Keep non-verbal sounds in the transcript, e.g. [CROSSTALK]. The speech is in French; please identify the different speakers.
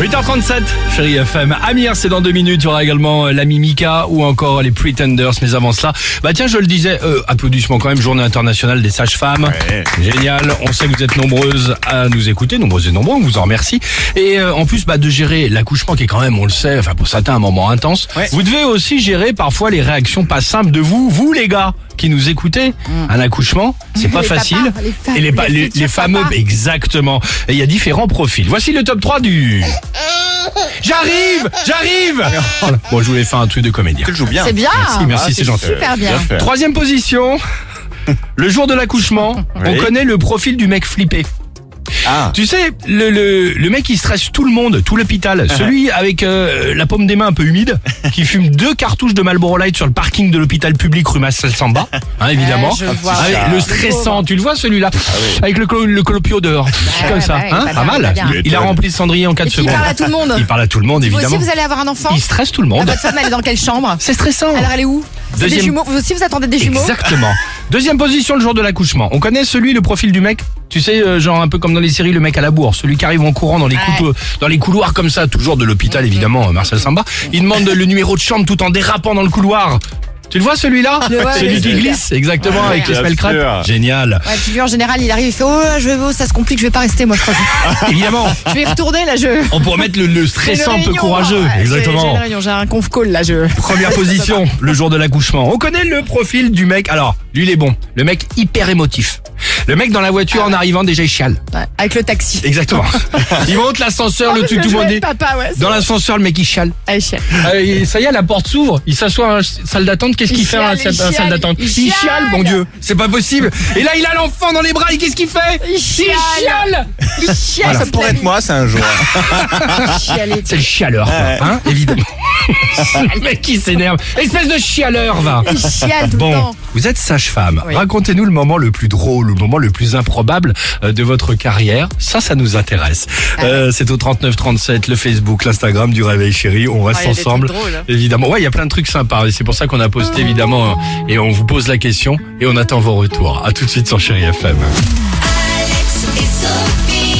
Speaker 1: 8h37, chérie FM. Amir, hein, c'est dans deux minutes. Il y aura également euh, la Mimica ou encore les Pretenders. Mais avant cela, bah tiens, je le disais, euh, applaudissements quand même, journée internationale des sages-femmes.
Speaker 2: Ouais.
Speaker 1: Génial. On sait que vous êtes nombreuses à nous écouter, nombreuses et nombreux. On vous en remercie. Et euh, en plus, bah, de gérer l'accouchement qui est quand même, on le sait, enfin pour certains, un moment intense.
Speaker 2: Ouais.
Speaker 1: Vous devez aussi gérer parfois les réactions pas simples de vous, vous les gars qui nous écoutez.
Speaker 2: Mm.
Speaker 1: Un accouchement, c'est pas
Speaker 3: Les papas,
Speaker 1: facile.
Speaker 3: les fa-
Speaker 1: et les, pa-
Speaker 3: les
Speaker 1: les,
Speaker 3: futurs
Speaker 1: les fameux,
Speaker 3: papas.
Speaker 1: exactement. Et il y a différents profils. Voici le top 3 du... J'arrive J'arrive Oh Bon, je voulais faire un truc de comédien.
Speaker 2: Tu le joues bien.
Speaker 3: C'est bien.
Speaker 1: Ah,
Speaker 3: Ah,
Speaker 1: Merci, merci, c'est gentil.
Speaker 3: Super bien.
Speaker 2: fait.
Speaker 1: Troisième
Speaker 3: [LAUGHS]
Speaker 1: position, le jour de l'accouchement, on
Speaker 2: Oui.
Speaker 1: connaît le profil du mec flippé.
Speaker 2: Ah.
Speaker 1: Tu sais, le, le, le mec qui stresse tout le monde, tout l'hôpital,
Speaker 3: Ah.
Speaker 1: celui avec euh, la paume des mains un peu
Speaker 3: [LAUGHS]
Speaker 1: humide, qui fume deux cartouches de Marlboro Light sur le parking de l'hôpital public rue Marcel
Speaker 3: [LAUGHS]
Speaker 1: Samba, hein, évidemment.
Speaker 3: Ouais, je vois. Ah
Speaker 1: Avec
Speaker 2: Ah,
Speaker 1: le
Speaker 2: le
Speaker 1: stressant, tu le vois celui-là, avec le, clo- le colopio dehors, comme
Speaker 3: ouais,
Speaker 1: ça,
Speaker 3: bah ouais,
Speaker 1: hein,
Speaker 3: pas
Speaker 1: pas mal.
Speaker 3: mal, pas bien.
Speaker 1: Il- Il a rempli le cendrier en 4
Speaker 3: Et puis il
Speaker 1: secondes.
Speaker 3: parle à tout le monde.
Speaker 1: Il parle à tout le monde,
Speaker 3: Vous aussi,
Speaker 1: évidemment.
Speaker 3: vous allez avoir un enfant
Speaker 1: Il stresse tout le
Speaker 3: Ah,
Speaker 1: monde.
Speaker 3: Votre femme, elle est dans quel chambre
Speaker 1: C'est stressant.
Speaker 3: Alors elle est où C'est
Speaker 1: Deuxième-
Speaker 3: Des jumeaux. Vous aussi, vous attendez des jumeaux
Speaker 1: Exactement. Deuxième position, le jour de l'accouchement. On connaît celui, le profil du mec. Tu sais, euh, genre un peu comme dans les séries, le mec à la bourre, celui qui arrive en courant dans les, couteaux- dans les couloirs comme ça, toujours de l'hôpital évidemment, euh, Marcel Samba. Il demande le numéro de chambre tout en dérapant dans le couloir. Tu le vois celui-là
Speaker 3: Je le vois,
Speaker 1: Celui
Speaker 3: oui,
Speaker 1: qui
Speaker 3: c'est
Speaker 1: glisse, exactement,
Speaker 3: Ouais,
Speaker 1: avec les
Speaker 2: bien
Speaker 1: semelles crêpes.
Speaker 2: sûr.
Speaker 1: Génial.
Speaker 3: Ouais, puis lui, en général, il arrive, il fait Oh, là, je vais, ça se complique, je vais pas rester, moi, je crois.
Speaker 1: évidemment,
Speaker 3: je vais y retourner, là, je.
Speaker 1: on pourrait mettre le, le
Speaker 3: J'ai une
Speaker 1: stressant un peu
Speaker 3: réunion, hein.
Speaker 1: courageux.
Speaker 3: ouais, j'ai- J'ai
Speaker 1: exactement.
Speaker 3: une réunion, j'ai un conf call, là, je.
Speaker 1: Première position, [LAUGHS] le jour de l'accouchement. On connaît le profil du mec. Alors, lui, il est bon. Le mec hyper émotif. Le mec dans la voiture en arrivant déjà il chiale.
Speaker 3: Ouais, avec le taxi.
Speaker 1: [LAUGHS] Exactement. Il monte l'ascenseur,
Speaker 3: Ah,
Speaker 1: le
Speaker 3: parce
Speaker 1: truc
Speaker 3: que
Speaker 1: tout
Speaker 3: je vais
Speaker 1: monde
Speaker 3: être Papa, ouais. c'est-
Speaker 1: Dans l'ascenseur, le mec il chiale.
Speaker 3: Ah, il chiale.
Speaker 1: Euh, et ça y est, la porte s'ouvre, il s'assoit à la salle d'attente. Qu'est-ce
Speaker 3: Il
Speaker 1: qu'il fait à la
Speaker 3: chiale, il
Speaker 1: salle- à la salle
Speaker 3: chiale,
Speaker 1: d'attente
Speaker 3: il
Speaker 1: Il chiale,
Speaker 3: chiale.
Speaker 1: bon Dieu, c'est pas possible. Et là, il a l'enfant dans les bras et qu'est-ce qu'il fait
Speaker 3: Il chiale. Il chiale.
Speaker 2: Ça pourrait être moi, c'est un jour.
Speaker 3: Chialer.
Speaker 1: C'est le chialeur, quoi, hein, [LAUGHS] évidemment. le mec qui s'énerve. Espèce de chialeur, va.
Speaker 3: Il chiale tout le
Speaker 1: Bon,
Speaker 3: temps.
Speaker 1: vous êtes sage-femme.
Speaker 3: Oui.
Speaker 1: Racontez-nous le moment le plus drôle, le moment le plus improbable euh, de votre carrière. Ça, ça nous intéresse.
Speaker 3: Ah
Speaker 1: Euh, c'est au 3937, le Facebook, l'Instagram du Réveil Chéri. On reste
Speaker 3: Ah, il y a des
Speaker 1: ensemble.
Speaker 3: trucs drôles. Oh.
Speaker 1: Évidemment. Ouais, il y a plein de trucs sympas. Et c'est pour ça qu'on a posté, évidemment. euh, Et on vous pose la question et on attend vos retours. À tout de suite sur Chéri FM.
Speaker 4: Alex et Sophie.